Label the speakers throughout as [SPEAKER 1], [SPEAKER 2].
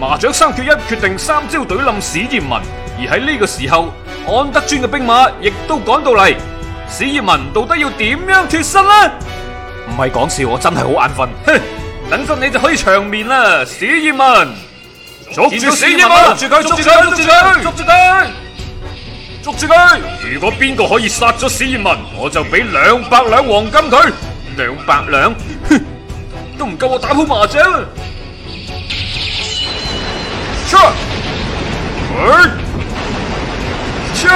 [SPEAKER 1] 麻雀三缺一決定三招隊冧史艷文，而喺呢個時候，安德尊嘅兵馬亦都趕到嚟。史艷文到底要點樣脱身呢？唔係講笑，我真係好眼瞓。哼，等陣你就可以長眠啦，史艷文。捉住史艷文，捉住佢，捉住佢，捉住佢，捉住佢，捉住佢！如果邊個可以殺咗史艷文，我就俾兩百兩黃金佢。兩百兩，哼，都唔夠我打鋪麻雀啊。出，哎，出，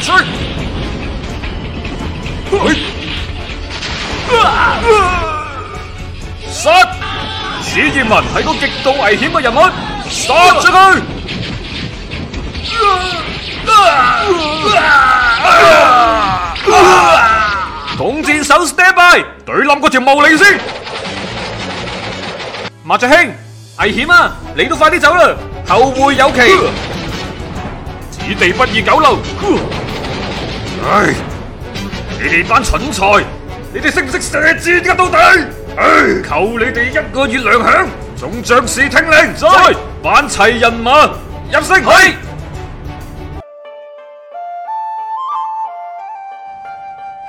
[SPEAKER 1] 出，哎，啊，殺！史艷文係個極度危險嘅人物，殺咗佢！弓箭手 stand by，懟冧嗰條毛領先。麻雀兄，危險啊！你都快啲走啦，後會有期。此地不宜久留。唉，你哋班蠢材，你哋識唔識射箭噶到底？唉，求你哋一個月糧餉，眾將士聽令，再扮齊人馬入城。係。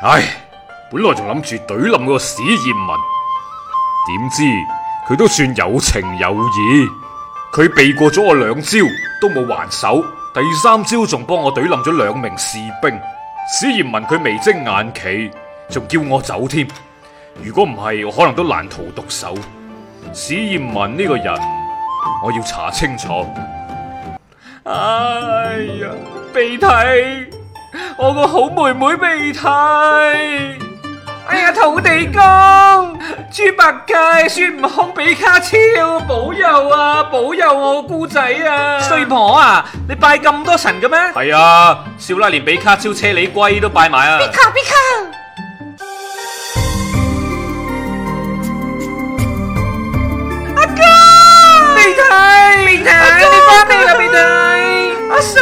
[SPEAKER 1] 唉，本來仲諗住懟冧個史艷文，點知？佢都算有情有義，佢避過咗我兩招，都冇還手。第三招仲幫我懟冧咗兩名士兵。史艷文佢眉精眼企，仲叫我走添。如果唔係，我可能都難逃毒手。史艷文呢個人，我要查清楚。哎呀，鼻涕！我個好妹妹鼻涕。哎呀，土地公、豬八戒、孫悟空、比卡超，保佑啊，保佑我姑仔啊！衰婆啊，你拜咁多神嘅咩？係啊，少奶連比卡超、車厘龜都拜埋啊！
[SPEAKER 2] 卡比卡，阿哥，鼻涕，鼻涕，你翻嚟
[SPEAKER 1] 啊
[SPEAKER 2] 啦，鼻涕，阿嫂，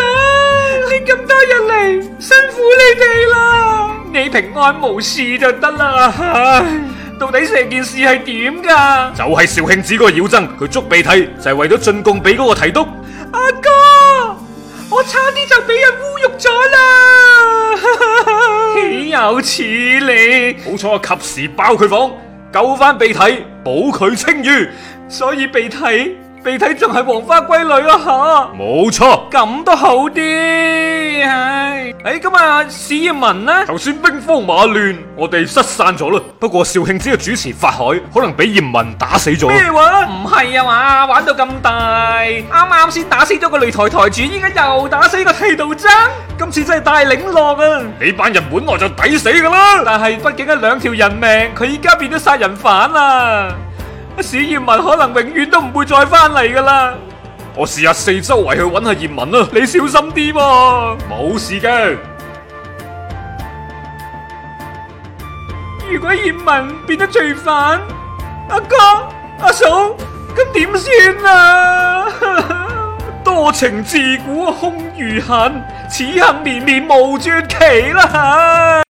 [SPEAKER 2] 你咁多日嚟，辛苦你哋啦，你平安無事就得啦。唉，到底成件事係點噶？
[SPEAKER 1] 就係肇慶寺嗰個妖僧，佢捉鼻涕就係為咗進貢俾嗰個提督。
[SPEAKER 2] 阿哥，我差啲就俾人侮辱咗啦！豈有此理！
[SPEAKER 1] 好彩我及時爆佢房，救翻鼻涕，保佢清譽。
[SPEAKER 2] 所以鼻涕，鼻涕仲係黃花閨女啊
[SPEAKER 1] 冇錯。
[SPEAKER 2] 吓，咁都好啲。唉，誒咁啊，史艷文呢？
[SPEAKER 1] 頭先兵荒馬亂，我哋失散咗啦。不過肇慶寺嘅主持法海可能俾葉問打死咗。
[SPEAKER 2] 咩話？唔係啊嘛，玩到咁大，啱啱先打死咗個擂台台主，依家又打死個剃度僧，今次真係大領落啊！
[SPEAKER 1] 你班人本來就抵死噶啦。
[SPEAKER 2] 但係畢竟係兩條人命，佢依家變咗殺人犯啦。史艷文可能永遠都唔會再翻嚟噶啦。
[SPEAKER 1] 我試下四周圍去揾下葉問啦。
[SPEAKER 2] 你小心啲喎！
[SPEAKER 1] 冇事嘅。
[SPEAKER 2] 如果葉文變咗罪犯，阿哥、阿嫂，咁點算啊？ 多情自古空餘恨，此恨綿綿無絕期啦！